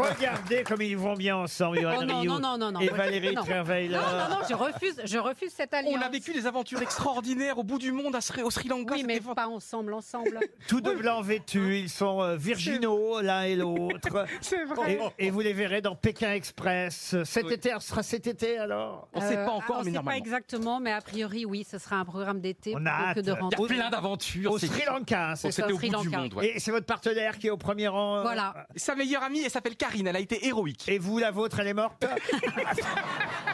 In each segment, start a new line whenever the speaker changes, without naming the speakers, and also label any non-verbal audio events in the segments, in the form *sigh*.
Regardez comme ils vont bien ensemble, Johan
Oh non,
Rioux
non, non, non, non.
et Valérie
Non.
Trierweiler.
Non, non, non, je refuse, je refuse cette alliance.
Euh. On a vécu des aventures extraordinaires au bout du monde, à Sri- au Sri Lanka.
Oui, mais
c'était
pas ensemble, ensemble.
Tous deux blancs
Hein
vêtus, ils sont euh, virginaux l'un et
*laughs*
l'autre.
C'est vrai.
Et, et vous les verrez dans Pékin Express. Cet
Oui.
été, alors, ce sera cet été alors
*laughs* On sait
Euh,
pas
ah,
encore,
on
mais
sait pas
normalement.
exactement, mais a priori, oui, ce sera un programme d'été
On a
plutôt que
hâte.
de
Il y a
rentrée.
Il y a plein d'aventures.
Au
c'est-
Sri Lanka, hein,
on
c'est ça.
au
s'était au
Sri
bout du
Lanka.
monde. ouais.
Et c'est votre partenaire qui est au premier rang. euh,
Voilà.
Sa meilleure amie, elle s'appelle Karine, elle a été héroïque.
Et vous, la vôtre, elle est morte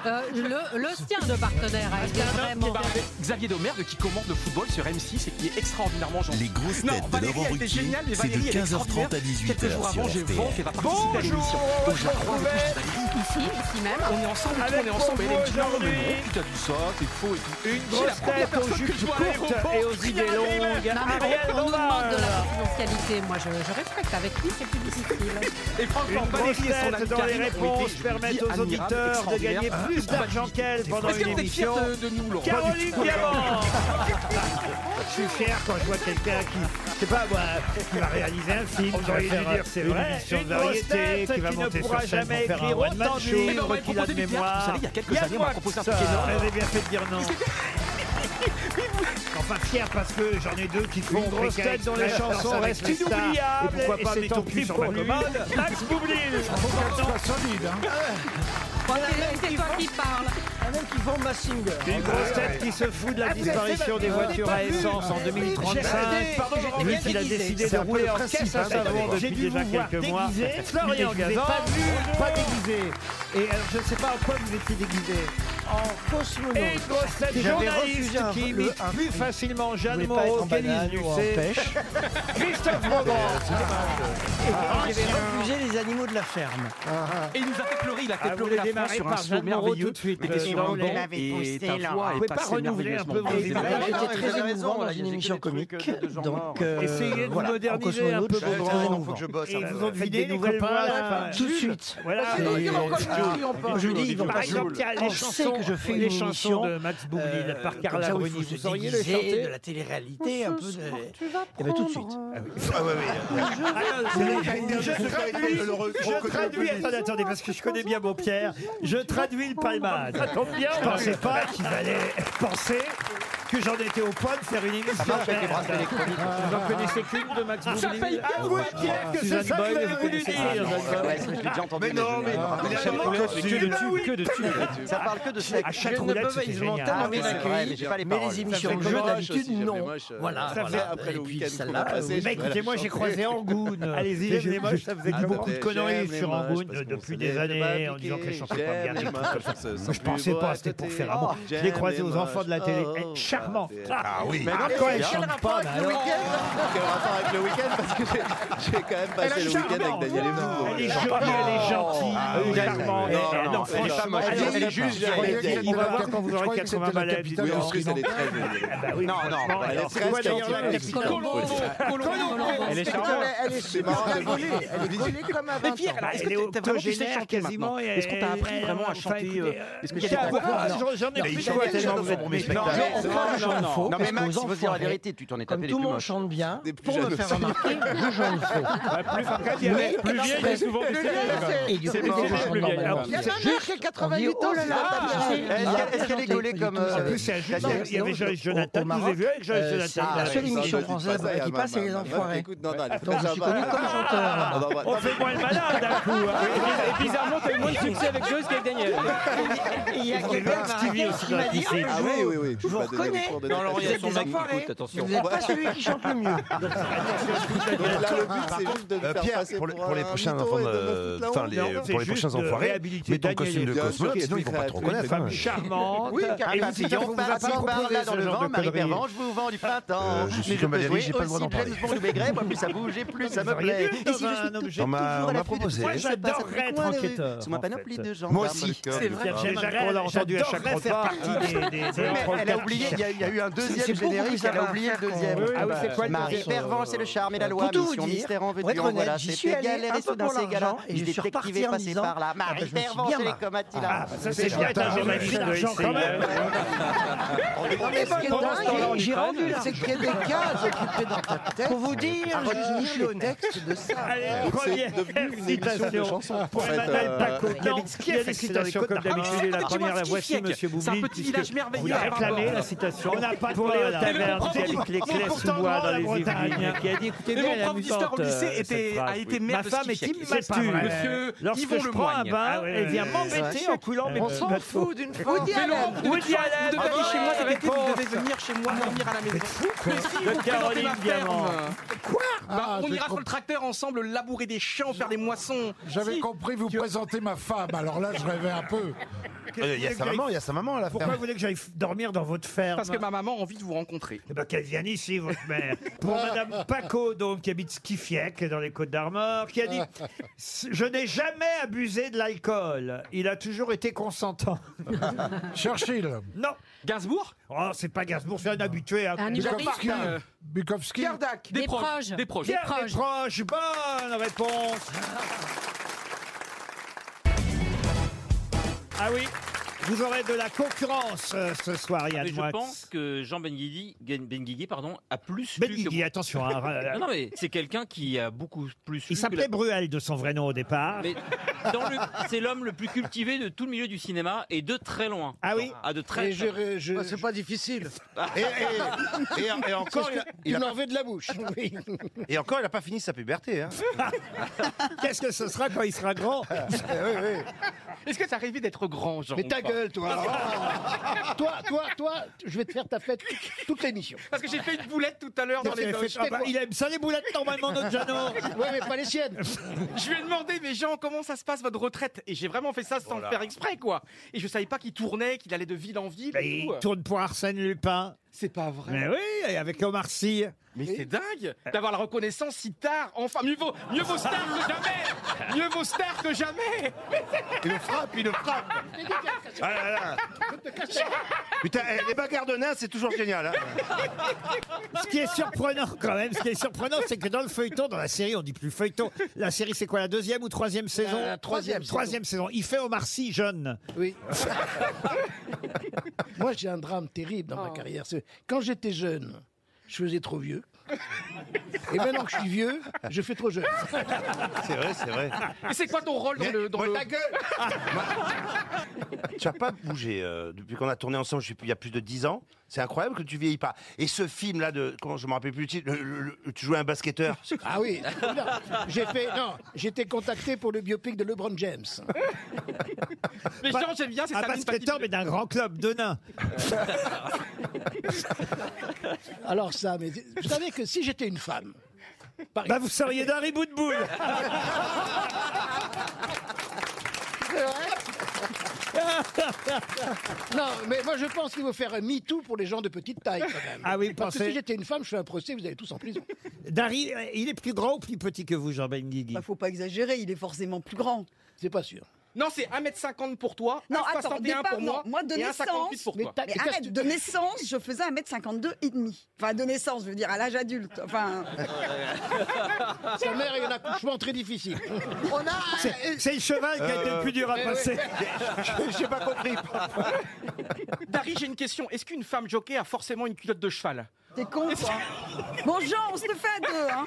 Euh, le, le sien de partenaire,
Ah,
hein, vraiment.
Par Xavier Domergue qui commande le football sur M6 et qui est extraordinairement gentil.
Les grosses
Non,
têtes de
Valérie,
Laurent
elle était
Ruquier,
géniale, mais
c'est de
Valérie, elle est
15h30 à
extraordinaire. Quelques
18h
jours avant, j'ai
sur
Vente et
RTL.
va participer à l'émission.
Bonjour
Donc, je la croise en plus,
retrouvez
Ici, ici même.
On est ensemble,
Avec
on est
pour
ensemble. Elle elle me dit
vous
non, mais
aujourd'hui.
non, putain, tout ça, c'est faux et
Une
tout. J'ai la
grosse
première
tête aux
personne que je
jupes
vois à
courtes
l'aéroport.
et aux idées
Kylian Mbappé.
longues.
Non,
Ariel
mais on, on nous demande de la
Dombal.
confidentialité. Moi, je, je respecte. Avec lui, c'est plus difficile.
Et franchement,
Une grosse
Valérie et son
tête
ami
dont les
Karine ont été,
réponses
je vous le dis,
permettent aux
admirables,
auditeurs de gagner
extraordinaires.
plus d'argent qu'elle pendant
Est-ce que
une
vous êtes fiers
émission.
de, de nous, Laurent
Caroline Diamant *laughs* Je suis fier quand je vois quelqu'un qui, je sais pas moi, qui va réaliser un film, qui va faire une émission de variété, qui va monter sur scène pour faire un one-man show,
Eh ben, on
quoi
m'a
qu'il a de
proposé du théâtre, vous
mémoire.
savez, il y a quelques années, on m'a proposé un truc
Watson.
énorme.
Vous avez bien fait de dire non. Enfin fier parce que j'en ai deux qui font
Une grosse
Pékin
tête dont les
Express,
chansons
Danse avec
restent
les stars,
inoubliables,
Et pourquoi
et
pas
c'est
mes
tant
ton cul
pis
sur
pour
ma
lui.
commande Max Boublil
Pas solide, hein.
C'est toi qui parles.
Une grosse tête qui se fout de la disparition des voitures à essence en 2035.
Pardon, Laurent,
Lui
mais
qui a
déguisé.
décidé de
C'est un peu
rouler
le
en
principe,
caisse à
hein,
savon
d'accord. J'ai
depuis
dû
déjà
vous voir
quelques mois.
déguisé,
Florian
mais je vous ai
Gazan.
Pas vu, pas déguisé. Et alors, je ne sais pas en quoi vous étiez déguisé. En cosmonaute.
Et une grosse tête
J'avais
journaliste
refusé un-
qui
le-
imite
un-
plus facilement
Je
Jeanne
voulais pas être
Moreau
en
qu'Élise
banane ou en
Lucet.
pêche.
*laughs*
Euh,
Christophe Rogan
J'avais refusé les animaux de la ferme.
Et il nous a fait pleurer, il a fait
Ah, vous voulez
pleurer la France
démarrer
sur un
par
slow
Jeanne Moreau
merveilleux.
tout de suite,
T'étais
euh,
sur
Laurent
un banc
Laurent.
et ta voix
Vous
est
pouvez pas
passée
renouveler un peu vos
merveilleusement.
idées.
Désolé.
Ah,
J'étais
vous avez
très émouvant
raison,
dans
là, j'ai
une
que
émission
des trucs,
comique.
euh, de gens morts.
Donc, euh,
Essayez de
voilà,
moderniser
en cosmonaute,
un peu
je suis
vos
très
rangs.
Il faut
émouvant.
que je bosse. hein.
Et
un
vous
peu.
ont deviné les copains là.
Tout de suite.
Voilà.
Et- Ah, Je dis, ils vont
Par
pas
exemple, il y a
On
les
sait
chansons,
que je fais
les
une
chansons
émission,
de Max Boublil
Euh,
par
comme
Carla
ça, où il
Bruni.
faut se
Vous sauriez les
déguiser,
chanter
de la télé-réalité, un peu de...
Tu vas
Eh ben, tout de
prendre,
suite.
euh,
Ah ouais, ouais. *laughs*
Je traduis,
le re-
je traduis, attendez, attendez, parce que je connais bien mon Pierre, je traduis le palmade. Ça tombe bien, je pensais pas qu'ils allaient penser que j'en étais au point de faire une émission. Ah. Vous en connaissez qu'une de Max Boublil Ah oui, Pierre, que c'est ça que vous avez voulu dire
Mais non, mais mais
ça
non,
parle
mais tu-
que de
Ça parle que de sexe.
À chaque
Je ne
roulette,
peux
c'est
pas
génial.
mental,
Ah oui, c'est vrai, mais j'ai pas les
mais
paroles.
les émissions de
Ça fait
jeu
moche,
d'habitude,
si j'aime les
non.
moches, euh,
Voilà,
Ça
voilà.
faisait
après
Et
le
puis
week-end qu'on va
celle-là,
passer,
euh,
je
Bah, écoutez, moi j'ai croisé Angoune. Allez-y,
je-
moi
je-
ça faisait beaucoup de conneries sur Angoune depuis des années en disant que les chansons pas bien. des trucs comme ça. Moi, je pensais pas, c'était pour faire un bon. Je l'ai croisé aux enfants de la télé. Eh, Charmant.
Ah
Ah,
oui. Mais
quand
c'est
elle
bien.
chante pas, bah alors.
Quel rapport avec le week-end Parce que j'ai- j'ai quand même
Elle
passé
est
le week-end avec
charmante.
Daniel Evoux.
Elle est jolie, elle est gentille,
Ah,
elle est
oui,
charmante.
oui, oui.
Elle-
Non,
Non,
non, elle est pas
franchement,
moche.
elle est-
Elle est
elle
juste,
est-
elle est vieille.
On va voir
Je
quand vous aurez
croyais que
80
c'était la
malades.
capitale
Oui, en
Non,
Suisse, elle est très
Ah,
vieille.
bah oui,
Non, non,
franchement,
elle est
alors,
très
c'est quoi d'ailleurs la
gentille.
capitale
Colombo, Colombo,
Elle est charmante.
Elle est
C'est marrant.
super collée, elle est collée comme à 20
Mais Pierre,
ans.
là, est-ce que
Elle est
t'es- t'as vraiment tu sais
octogénaire
chanter
quasiment,
maintenant
et
Est-ce qu'on t'a
elle-
appris
elle-
vraiment à
enfin,
chanter
écoutez,
euh,
euh,
Est-ce qu'il y a des
Tiens,
cours
voilà, j'en- J'en ai
Mais
plus
il
quoi
chante
tellement
dans
vous
son
êtes
premier
méchant.
spectacle.
Non, encore
Non,
Jean Faux,
non,
parce
mais Max,
qu'aux
il faut se dire
enfants,
la vérité, tu t'en es tapé
Comme
les
tout
plus
le monde
moches.
chante bien,
Des plus
pour me
jeunes
faire
aussi.
remarquer, je chante faux.
Plus vieille, il y a souvent des
Et du coup,
C'est
je
plus
chante
vieille.
normalement.
Alors, c'est
Juste, on dit, oh là là, tu sais, il
Est-ce
a
qu'elle- est-ce qu'elle est
présenté
gaulée
pas du
comme,
tout,
euh,
ça
En
veut-
plus, il y a juste- il y
Daniel,
avait
sinon,
Joyce
au-
Jonathan.
au
Vous
Maroc,
avez vu avec Joyce
euh,
Jonathan
c'est la seule
Maroc.
émission
Ne dites
française
pas ça,
qui
ma-
passe, c'est
ma-
les
ma-
enfoirés.
Écoute, non, non, elle est
Donc,
très
je suis
sympa.
connu comme chanteur.
On va voir.
On fait moins le malade d'un coup. hein. Et bizarrement, t'as eu moins de succès avec Joyce qu'avec Daniel.
Et il y a
Max Stevie aussi
qui m'a dit,
dans la
Ah oui, oui, oui. Je
vous
vais pas donner
reconnais.
les cours de
Non, Laurent, il y a
natation.
son mec qui écoute, vous n'êtes pas celui qui chante le mieux.
Donc là, le but, c'est juste de
Euh,
me faire
Pierre,
passer
pour, les-
pour
pour les
un
prochains
mytho
enfants,
et de
euh,
me foutre la
enfin
honte.
les,
Non, c'est
pour les
juste
prochains
de
enfoirés,
réhabiliter
mets ton
Daniel
costume de
Bien
sûr,
cosmonaute,
qu'est-ce
sinon ils
qu'il
vont pas
fait
te
avec
reconnaître. hein.
Femme charmante.
Oui, car
Et
pas
vous,
si
c'est- on
on
vous a
parle
pas
par
proposé
là dans
ce
le
genre
vent,
de
Marie
conneries.
Bervent, je vous vends du printemps.
Euh, je suis
Mais
comme
peux
Valérie, j'ai
jouer
pas le droit
aussi
d'en
James Bond Maigret, moi plus ça bouge et plus ça me
Vous auriez
plaît.
dû être
Et si
dans
je suis
un objet
On m'a
toujours
on
à
m'a
l'affût de
proposé.
tout
Moi,
ce qui se passe
j'adorerais
à tous les
être
coins de rue,
enquêteur,
Sous ma
en
panoplie
fait.
de gens.
Moi aussi.
C'est vrai.
J'aimerais qu'on l'a entendu à chaque j'adorerais faire repas.
partie des-
Des- des-
Elle a oublié, il y a il y a eu un deuxième
c'est beaucoup
générique,
plus
elle a
sympa
oublié
à
le
faire
deuxième.
qu'on-
Ah oui, c'est quoi le
Marie
deuxième
Pervent, c'est le charme et la loi,
Pour tout vous
mission
dire,
mystère en
pour
veux
être honnête,
voilà,
j'y
c'était
suis allé
galéré sous
un peu
dans
pour
ces gars-là,
l'argent et
les
je suis
détectives
reparti
est
en
passé
disant,
par là,
ah bah,
Marie
je me suis
Pervent,
bien
c'est les
marré.
comatila.
Ah, bah, ça c'est bien, t'as un journaliste d'argent quand même.
mais ce qui est
pendant ce
dingue,
temps-là, on y
j'ai
traîne.
rendu là. C'est qu'il y a des cases occupées dans ta tête. Pour vous dire, je suis le texte de ça.
Allez, première citation pour
en fait,
Emmanuel
euh,
Paco.
Non, ce qui
Il y a
est
des
fait, c'est dans les
citations
codes
comme
d'Arras.
d'habitude. Et la
Ah, dis-moi
première,
ce
la
qui
voici,
siècle.
monsieur Boubli.
C'est un petit
puisque
village
Vous
merveilleux
la
à
réclamez,
Brabant.
la citation.
On n'a pas de
Pour Léo
bol, hein.
Taverne,
Et le
avec les
prof-
clés sous bois dans les Yvelines, qui a dit écoutez bien,
Mais mon
elle est
prof d'histoire au
amusante,
lycée
euh,
était-
cette phrase.
a été maître
Ma
de
femme
ce
est
siècle.
immature.
C'est pas vrai. Monsieur
Lorsque
Yvon
je prends un
Lemoigne.
bain,
Ah ouais,
elle vient
ouais,
m'embêter en coulant mes
On
petits
s'en
bateaux.
Fou d'une fois.
Woody Allen.
Woody Allen,
Vous devez aller chez moi
bonne
cet été, vous devez
réponse.
venir chez moi dormir à la maison. Mais si,
De
vous présentez
Caroline
ma ferme.
Diamant.
Bah,
Ah,
On
j'ai
ira sur
compris.
le tracteur ensemble labourer des champs, faire des moissons.
J'avais
Si.
compris, vous présentez ma femme, alors là je rêvais un
*laughs*
peu.
Euh, Il y a sa maman, il y a sa maman à la Pourquoi vous voulez que j'aille f- dormir dans votre ferme
Parce que ma maman a envie de vous rencontrer.
Eh ben, qu'elle vienne ici, votre mère. Pour Madame Paco, donc, qui habite Skifiec, dans les Côtes-d'Armor, qui a dit « Je n'ai jamais abusé de l'alcool. Il a toujours été consentant. *laughs*
Churchill, »
Non.
Gainsbourg
Oh, c'est pas Gainsbourg, c'est un habitué.
Ah,
hein.
Un humoriste.
Bukowski,
euh,
Bukowski,
Gardac.
Des proches.
Des proches.
Pierre
Proche.
Desproges, bonne réponse. Ah oui, vous aurez de la concurrence euh, ce soir, Yann
Mais je
Moix.
pense que Jean Benguigui, Gen- Benguigui, pardon, a plus
Ben
lu que
Guigui,
moi.
attention. hein, euh,
Non, non, mais c'est quelqu'un qui a beaucoup plus. lu
il
que
s'appelait
la-
Bruel de son vrai nom au départ.
Mais dans le- c'est l'homme le plus cultivé de tout le milieu du cinéma et de très loin.
Ah oui
Ah, de très.
Et
très-
je, je,
C'est pas difficile.
Et, et- et- et encore, il a- il
tu
a
me
pas-
revais de la bouche. Oui.
et encore, il n'a pas fini sa puberté. hein.
Qu'est-ce que ce sera quand il sera grand
Est-ce que t'as rêvé d'être grand, Jean
Mais ta
ou pas
gueule, toi. Oh. toi, toi, toi, je vais te faire ta fête toute- toute l'émission.
Parce que j'ai fait une boulette tout à l'heure dans les
Fait-
loges.
ah bah, Il aime ça les boulettes normalement, notre Jeannot.
Ouais, mais pas les siennes.
Je lui ai demandé, mais Jean, comment ça se passe votre retraite Et j'ai vraiment fait ça sans le faire exprès, quoi. Et je savais pas qu'il tournait, qu'il allait de ville en ville.
Mais
et
il
tout.
tourne pour Arsène Lupin.
C'est pas vrai.
Mais oui, et avec Omar Sy.
Mais c'est dingue d'avoir la reconnaissance si tard. Enfin, mieux vaut, mieux vaut star que jamais. Mieux vaut star que jamais.
Il le frappe, il le frappe. Ah là là. Putain, eh, les bagarres de nains, c'est toujours génial. hein.
Ce qui est surprenant quand même, ce qui est surprenant, c'est que dans le feuilleton, dans la série, on dit plus feuilleton. La série, c'est quoi la deuxième ou troisième saison
La troisième saison.
Troisième saison. Il fait Omar Sy jeune.
Oui. Moi, j'ai un drame terrible dans ma carrière. C'est- Quand j'étais jeune, je faisais trop vieux. Et maintenant que je suis vieux, je fais trop jeune.
C'est vrai, c'est vrai.
Et c'est quoi ton rôle dans
Mais-
le. Dans
Bon,
le...
ta gueule *laughs* Tu n'as pas bougé euh, depuis qu'on a tourné ensemble, je sais plus, il y a plus de 10 ans. C'est incroyable que tu vieillis pas. Et ce film-là, de comment je me rappelle plus le titre, le- le- le- tu jouais un basketteur.
Ah oui, non, j'ai fait non, j'étais contacté pour le biopic de LeBron James.
Mais Jean, j'aime bien, c'est
Un
ça.
basketteur, mais d'un grand club de nains.
Alors ça, mais vous savez que si j'étais une femme, par
Bah, vous seriez d'un ribou de boule.
Non, mais moi je pense qu'il faut faire un MeToo pour les gens de petite taille quand même.
Ah oui,
Parce que
pensez-
si j'étais une femme, je fais un procès, vous allez tous en prison.
Dari, euh, il est plus grand ou plus petit que vous, Jean Benguigui
Bah, faut pas exagérer, il est forcément plus grand.
C'est pas sûr.
Non, c'est 1m50 pour toi,
Non,
1m61
attends, au départ,
pour moi,
non. Moi, de
et
naissance,
1,58 pour
Mais
toi.
t'as-
Mais
t'as-
arrête, de naissance, je faisais 1m52 et demi. Enfin, de naissance, je veux dire, à l'âge adulte. Enfin, bah,
Sa mère a un accouchement très difficile.
On a.
C'est c'est le cheval qui a été le
Euh,
plus dur à passer. *laughs*
J'ai pas compris.
Dari, j'ai une question. Est-ce qu'une femme jockey a forcément une culotte de cheval
t'es con,
*laughs*
quoi. Ah Bon, Jean, on se le fait à deux, hein.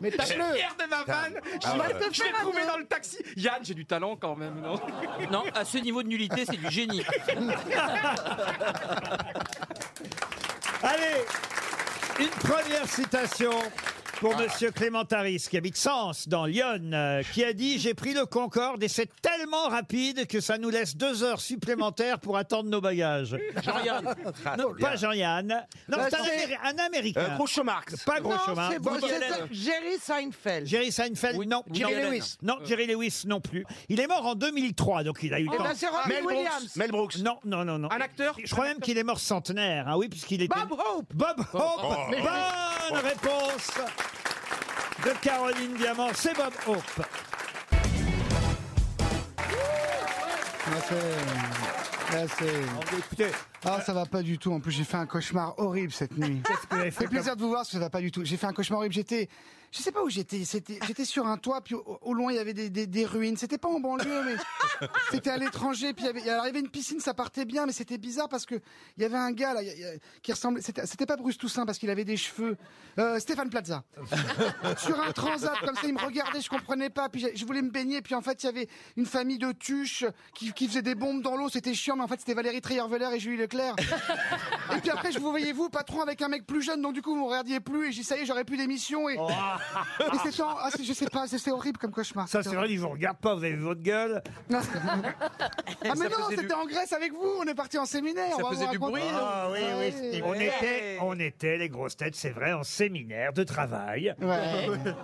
Mais tape-le
Pierre de ma
Ah
vanne
On va se le
Je l'ai
faire à
trouvé
deux.
dans le taxi. Yann, j'ai du talent quand même, non
*laughs* Non, à ce niveau de nullité, c'est du
*laughs*
génie.
Allez, une première citation pour
Ah.
Monsieur Clémentaris, qui habite Sens, dans Lyon, euh, qui a dit « J'ai pris le Concorde et c'est tellement rapide que ça nous laisse deux heures supplémentaires pour attendre nos bagages.
Jean-Yann. »
Non, pas Jean-Yann. Non,
Bah,
c'est un,
c'est-
Améri- un Américain.
Euh, Groucho Marx.
Pas gros
Non,
chemin.
c'est bon, c'est ça. Jerry Seinfeld.
Jerry Seinfeld, non.
Jerry
Hélène.
Lewis.
Non, Jerry Lewis non plus. Il est mort en 2003, donc il a eu le
Euh. Eh
temps.
ben, Ah c'est Robbie
Mel Brooks.
Williams.
Mel Brooks.
Non, non, non, non.
Un acteur
Je crois même qu'il est mort centenaire, hein, oui, puisqu'il était...
Bob Hope.
Bob Hope.
Mais-
Bonne réponse de Caroline Diamant. C'est Bob Hope.
là, c'est- là, c'est-
Écoutez,
Ah, ça va pas du tout. En plus, j'ai fait un cauchemar horrible cette nuit.
Qu'est-ce que Ah, vous avez fait
fait plaisir de vous voir, parce que ça va pas du tout. J'ai fait un cauchemar horrible. J'étais, je sais pas où j'étais. C'était, j'étais sur un toit, puis au, au loin il y avait des, des- des ruines. C'était pas en banlieue, mais c'était à l'étranger. Puis il y avait, il y avait une piscine, ça partait bien, mais c'était bizarre parce que il y avait un gars là il y a- qui ressemblait. C'était, c'était pas Bruce Toussaint parce qu'il avait des cheveux. Euh, Stéphane Plaza. sur un transat comme ça, il me regardait, je comprenais pas. Puis j'ai- je voulais me baigner, puis en fait il y avait une famille de tuches qui, qui faisait des bombes dans l'eau. C'était chiant, mais en fait c'était Valérie Trierweiler et Julie *laughs* Leclerc. et puis après je vous voyais vous patron avec un mec plus jeune, donc du coup vous me regardiez plus et j'ai dit, ça y est j'aurais plus d'émission et. et c'était en- ah, c'est- je sais pas, c'est- c'est horrible comme cauchemar.
Ça, c'est vrai, ils vous regardent pas, vous avez vu votre gueule.
Ah mais
Ça
non,
faisait
c'était
du-
en Grèce avec vous, on est parti en séminaire. on va vous raconter.
Ah oui, oui.
Ouais.
On était, on était les grosses têtes, c'est vrai, en séminaire de travail.
Ouais.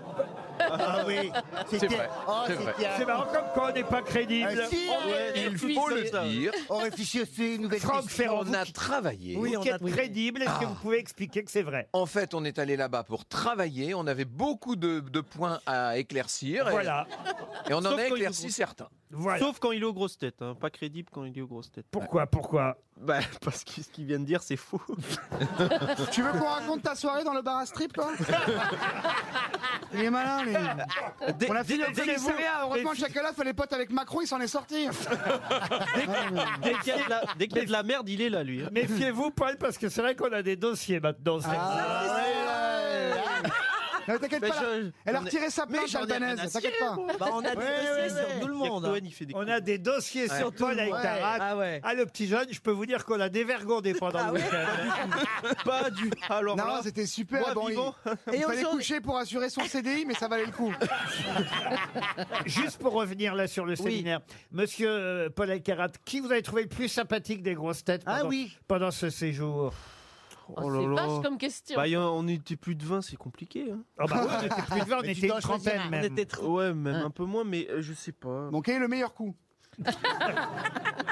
Ah oui,
C'est
c'était-
vrai,
oh,
c'est
c'était-
vrai.
C'est marrant comme quand on n'est pas crédible.
Ah, si, on est- Il faut le dire.
On réfléchit aussi une nouvelle Franck
question.
Ferrand,
On
vous
a
qui-
travaillé.
Vous
Oui, on
qui
a-
êtes crédible, est-ce que
Ah.
vous pouvez expliquer que c'est vrai
En fait, on est allé là-bas pour travailler. On avait beaucoup de, de points à éclaircir. et-
Voilà.
Et, on en
Sauf
a
quand il
éclairci
nous-
certains.
Sauf quand il est aux grosses têtes, hein. pas crédible quand il est aux grosses têtes.
Pourquoi *laughs* Pourquoi
Bah parce que ce qu'il vient de dire c'est *laughs* faux.
Tu veux qu'on raconte ta soirée dans le bar à strip, *laughs* toi Il est malin, lui.
Dé-
on a
dé-
fini avec
défiez-vous.
commissariat. Heureusement,
Défi-
chacun là, fallait potes avec Macron, il s'en est *laughs* sorti.
Dès qu'il y a de la, dès qu'il y a de la merde, il est là lui. hein.
Méfiez-vous, Paul, parce que c'est vrai qu'on a des dossiers maintenant. c'est-
Ne t'inquiète
Mais
pas,
je-
elle a
j'en ai-
retiré sa
mais
plainte
j'en ai rien à
albanaise, t'inquiète
cirer,
pas.
moi. Bah, on a des dossiers sur tout le
hein.
monde. On a des dossiers
Ouais.
sur
Tout
Paul
le
avec
monde.
Tarak.
Ouais. Ah ouais. Ah
Ah, le petit jeune, je peux vous dire qu'on a dévergondé pendant le week-end. Pas du. Alors
non, c'était super. bon, il, il fallait coucher pour assurer son CDI, mais ça valait le coup.
*laughs* Juste pour revenir là sur le séminaire, Monsieur euh, Paul Alcarat, qui vous avez trouvé le plus sympathique des grosses têtes
Ah
pendant, pendant ce séjour
Oh là
c'est
là.
vache comme question.
Bah, y en- on était plus de 20, c'est compliqué. hein.
Ah bah ouais, on était
*laughs*
plus de 20, on Mais tu était dois une choisir trentaine un. même. On était tr-
Ouais, même
Hein.
un peu moins, mais euh, je sais pas.
Bon, quel est le
*laughs*
meilleur coup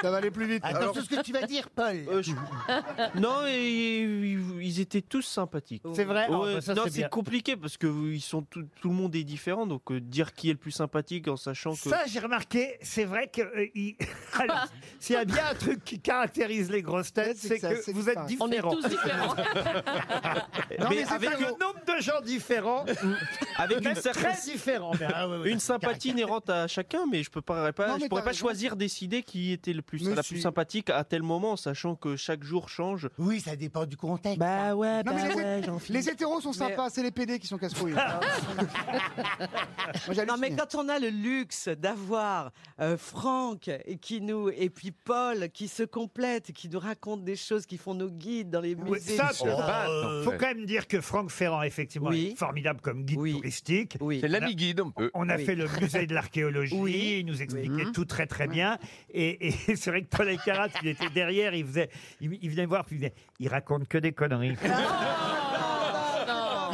Ça va aller plus vite.
Attends, Alors- tout ce que
tu vas dire, Paul.
Euh, je- *laughs* non, et- et- ils étaient tous sympathiques.
C'est vrai Oh,
Ouais,
bah ça,
Non,
c'est bien.
c'est compliqué parce que ils sont tout, tout le monde est différent, donc euh, dire qui est le plus sympathique en sachant que.
Ça, j'ai remarqué, c'est vrai que euh, il- *laughs* Alors, s'il y a bien un truc qui caractérise les grosses têtes,
c'est
c'est
que ça,
que
c'est
vous
que
êtes
ça.
différents.
On est tous
Non,
différents.
mais,
Eh, mais
avec
avec
le nombre de gens
*laughs*
différents,
Avec
même
une certaine-
très différents. mais, ah ouais, ouais.
Une sympathie inhérente à chacun, mais je peux pas, pas-
Non, mais
je pourrais
t'as
pas
raison.
choisir, décider qui était le plus, la plus
Monsieur.
sympathique à tel moment, sachant que chaque jour change.
Oui, ça dépend du contexte. Bah ouais,
Non, mais les, hé- les hétéros sont sympas, c'est les PD qui sont casse-couilles.
non mais quand on a le luxe d'avoir euh, Franck et qui nous et puis Paul qui se complètent, qui nous racontent des choses, qui font nos guides dans les
Oui,
musées.
ça,
tout
pour- Euh, faut quand même dire que Franck Ferrand, effectivement,
Oui.
est formidable comme guide touristique.
C'est
On a-
l'ami guide, un peu.
On a
Oui.
fait le musée de l'archéologie,
Oui.
il nous expliquait tout très très bien. Et, et *laughs* c'est vrai que Paul Elkarat, il était derrière, il, faisait, il, il venait voir, puis il faisait, il raconte que des conneries.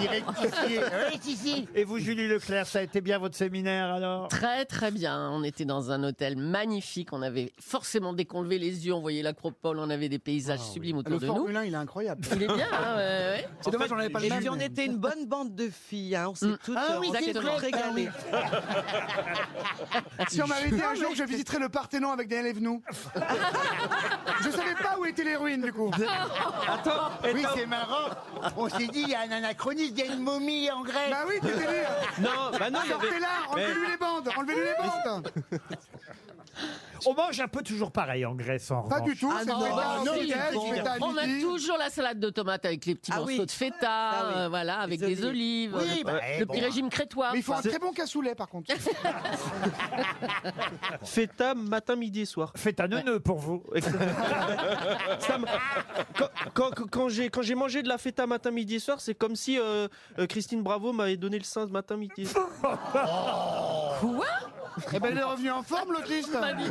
Il rectifiait. Rectifié.
Et vous, Julie Leclerc, ça a été bien votre séminaire alors
Très très bien. On était dans un hôtel magnifique. On avait forcément dès qu'on levait les yeux, on voyait l'acropole, on avait des paysages sublimes autour
Ah Le
de
Formule
nous.
1, il est incroyable.
Il est bien. hein, ouais, ouais.
C'est dommage, on n'avait pas le
Et
même.
puis *laughs* on était une bonne bande de filles, hein, on s'est
Mm.
toutes
Ah oui,
on s'est
c'est
toutes
vrai,
régalées.
Si on m'avait dit un jour que je visiterais le Parthénon avec Daniel Evenou. je savais pas où étaient les ruines, du coup.
Attends, oui, c'est marrant. On s'est dit, il y a un anachronisme, il y a une momie en Grèce.
Bah oui, tu t'es dit.
Non, bah non, il y avait-
Sortez-la, enlevez-lui
Mais-
les bandes, enlevez-lui les bandes.
On mange un peu toujours pareil en Grèce en
Pas
revanche.
du tout,
Ah
c'est
non,
feta,
bah
non,
si,
feta,
bon.
feta à
On a
midi.
toujours la salade de tomates avec les petits
Ah
morceaux
oui.
de feta,
Ah oui.
euh, voilà, avec des olives,
Oui,
le,
bah, eh,
le
bon.
petit régime crétois.
Mais il faut un
quoi.
très bon cassoulet, par contre.
Feta matin, midi et soir.
Feta neuneu pour vous.
Ça me- Quand, quand- quand- quand j'ai, quand j'ai mangé de la feta matin, midi et soir, c'est comme si euh, euh, Christine Bravo m'avait donné le sein ce matin, midi et soir.
Quoi
Eh ben, il est revenu en forme, l'autiste.
Eh, dis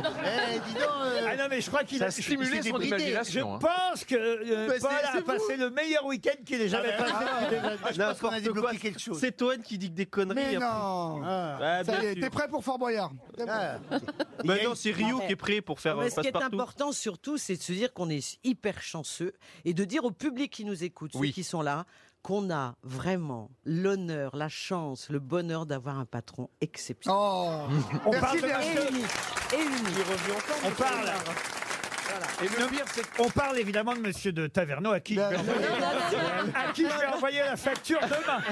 donc, euh,
Ah non, mais je crois qu'il
Ça
a
stimulait
je- je-
son
je-
imagination, hein.
Je pense que euh,
Bah, c'est-
Paul a
c'est
passé le meilleur week-end qu'il ait jamais
Ah,
passé.
ah,
depuis des
ah,
années.
je pense qu'on a débloqué N'importe quoi. quelque chose. C'est Toen qui dit que des conneries.
Mais
après.
non
Ah.
Ouais,
Ça y
Bah, bien
est,
sûr.
t'es prêt pour Fort Boyard C'est bon.
Bah non, c'est Rio qui est prêt pour faire
Non,
euh,
mais ce qui est
passe-partout.
important surtout, c'est de se dire qu'on est hyper chanceux et de dire au public qui nous écoute, ceux
Oui.
qui sont là, qu'on a vraiment l'honneur, la chance, le bonheur d'avoir un patron
Ah.
exceptionnel.
Oh,
On parle de
et
monsieur-
unique. Et unique.
On parle Et le pire, c'est qu'on parle évidemment de Monsieur de Taverneau à qui je vais envoyer- à qui je vais envoyer la facture demain.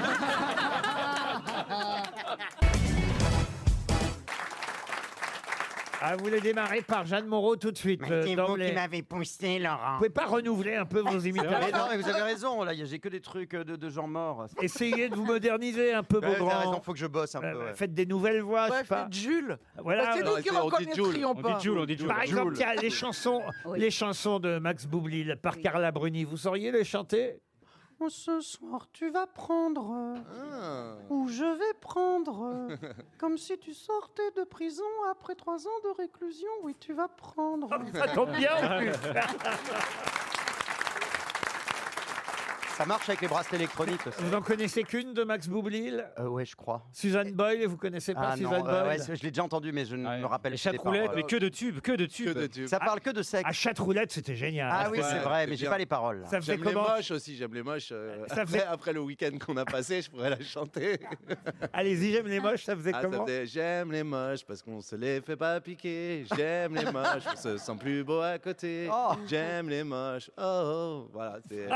Ah, vous voulez démarrer par Jeanne Moreau tout de suite. euh,
C'est vous
d'emblée.
qui m'avez poussé, Laurent.
Vous pouvez pas renouveler un peu vos imitations
Mais non, mais vous avez
raison, là, j'ai que des trucs euh, de, gens morts.
Essayez de vous moderniser un peu,
Ouais, t'as
Beaugrand.
raison, faut que je bosse un peu, ouais.
Faites des nouvelles voix.
Ouais,
je sais pas.
faites Jules.
Voilà.
Bah, c'est nous qui On dit reconnaîtrions Jules, on pas. dit Jules, on dit Jules.
Par exemple,
Jules.
tiens, les chansons, les chansons de Max Boublil par Carla Bruni, vous sauriez les chanter
Ce soir, tu vas prendre,
euh,
ou je vais prendre,
*laughs*
comme si tu sortais de prison après trois ans de réclusion. Oui, tu vas prendre.
Ah,
Ça tombe *laughs* bien en plus.
Ça marche avec les bracelets électroniques aussi.
Vous en connaissez qu'une de Max Boublil
Euh, ouais, je crois.
Suzanne Boyle, vous connaissez pas
Ah non,
Suzanne
euh,
Boyle
ouais, je l'ai déjà entendu, mais je ne me rappelle plus. des
Chatroulette,
paroles.
mais que de tubes, que de tubes.
Que de tubes. Ça parle que de sexe.
À Chatroulette, Ah, c'était génial.
Ah oui, c'est vrai, mais j'ai pas les paroles.
Ça faisait
j'aime les
comment
moches aussi, j'aime les moches. euh, *laughs*
Ça
après,
faisait-
après le week-end qu'on a passé, je pourrais la
*laughs*
chanter.
Allez-y, j'aime les moches, ça faisait
Ah, ça
comment
faisait, J'aime les moches parce qu'on se les fait pas piquer. J'aime les moches, on se sent plus beau à côté.
Oh.
J'aime les moches. Oh, oh. voilà. c'est-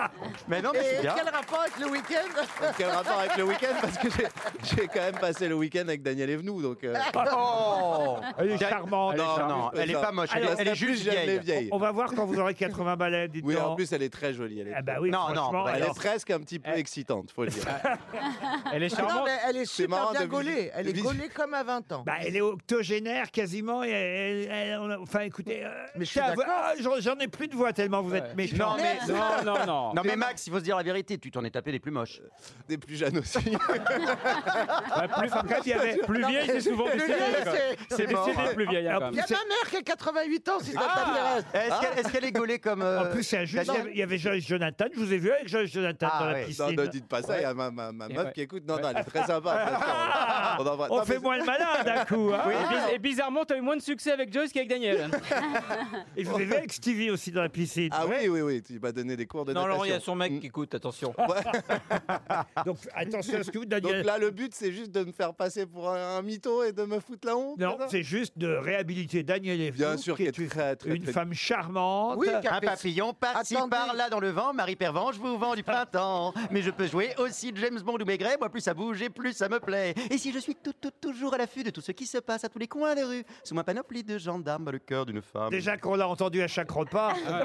Mais non,
Et quel rapport avec le week-end
Quel rapport avec le week-end Parce que j'ai- j'ai quand même passé le week-end avec Daniel Evenou, donc. euh,
Oh
Elle est charmante.
Non, non, elle est pas moche, elle est- elle est juste
j'aime
vieille.
les vieilles. On on va voir quand vous aurez 80 balais, dites
Oui, en
donc.
plus, elle est très jolie. Elle est
Ah bah
très-
oui, Non, non, franchement, bah
elle
alors-
est presque un petit peu excitante, faut le dire.
Elle est
Ah non,
charmante.
mais
Elle est
C'est
super
marrant
bien
de vis-
Eh,
gaulée. Elle est
de vis-
gaulée comme à 20 ans.
Bah, elle est octogénaire quasiment. Et elle- elle- elle- on a- enfin, écoutez. euh, Mais
suis d'accord.
Ah, J'en ai plus de voix tellement vous êtes méchant.
Non, mais, non, non, non. mais Max, il faut se dire la vérité, tu t'en es tapé des plus moches.
Des plus jeunes aussi.
plus- Ah, Enfin, quand il y avait- *laughs* plus vieille, c'est souvent
Plus
décédé,
vieille,
quoi.
c'est-
C'est décédé, plus vieille, hein, quand
Il y a
même.
ma mère qui a 88 ans, si ça
Ah
t'intéresse.
Est-ce qu'elle- est-ce qu'elle est gaulée comme. euh,
En plus, c'est injuste.
Daniel
il y avait- Il y avait Joyce Jonathan. Je vous ai vu avec Joyce Jonathan
Ah,
dans la
ouais.
piscine.
Non, ne dites pas ça, il y a ma, ma- ma meuf qui écoute. Non, non, elle est très sympa. bien sûr. On, en va-
On
Non,
fait
mais-
moins le
*laughs*
malin d'un coup. hein.
Oui,
Ah.
mais-
Et
bizarrement, t'as eu moins de succès avec Joyce qu'avec Daniel.
Et je vous ai vu avec Stevie aussi dans la piscine.
Ah oui, oui, oui, tu m'as donné des cours de
Non,
natation.
Laurent, il y a son mec qui écoute, attention.
Donc, attention à ce que vous, Daniel.
Donc là, le but, c'est juste de me faire passer pour un, un mytho et de me foutre la honte.
Non,
c'est ça
c'est juste de réhabiliter Daniel Evenou,
Bien sûr
qui est
qu'elle est très, très,
une
très-
femme charmante.
un papillon par-ci par-là dans le vent, Marie Pervenche vous vend du printemps. Mais je peux jouer aussi James Bond ou Maigret, moi plus ça bouge et plus ça me plaît. Et si je suis tout, tout, toujours à l'affût de tout ce qui se passe à tous les coins de rue, sous ma panoplie de gendarmes, le cœur d'une femme.
Déjà qu'on l'a entendu à chaque repas.
Ah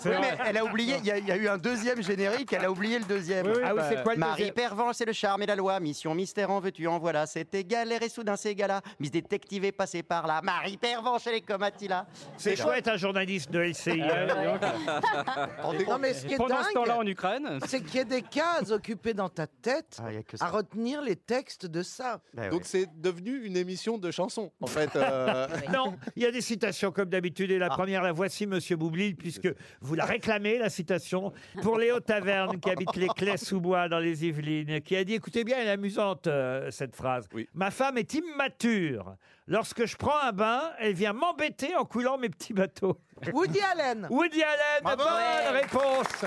C'est
Oui,
vrai.
mais elle a oublié, il y, a- il y a eu un deuxième générique, elle a oublié le deuxième.
Oui, oui, Ah oui, bah, c'est quoi le
Marie
deuxième
Pervenche, c'est le charme et la loi. Mission mystère en veux-tu, en voilà. C'était galère et soudain c'est gala. Miss détective est passée par là. Marie Pervenche, elle est comme Attila.
Ah,
C'est chouette un journaliste de LCI.
Ah
hein.
Non, mais ce qui est
Pendant
dingue,
ce temps-là, en Ukraine.
C'est qu'il y a des cases occupées dans ta tête
Ah, il y a que ça.
à retenir les textes de ça.
Donc c'est devenu une émission de chansons, en fait. euh.
Non, il y a des citations comme d'habitude. Et la première, la voici, Monsieur Boublil, puisque vous la réclamez, la citation, pour Léo Taverne, qui habite les Clés-sous-Bois dans les Yvelines, qui a dit Écoutez bien, elle est amusante, euh, cette phrase. Ma femme est immature. Lorsque je prends un bain, elle vient m'embêter en coulant mes petits bateaux.
Woody Allen.
*laughs* Woody Allen,
Bravo.
bonne
Ouais.
réponse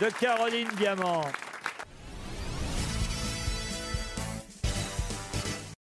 de Caroline Diamant.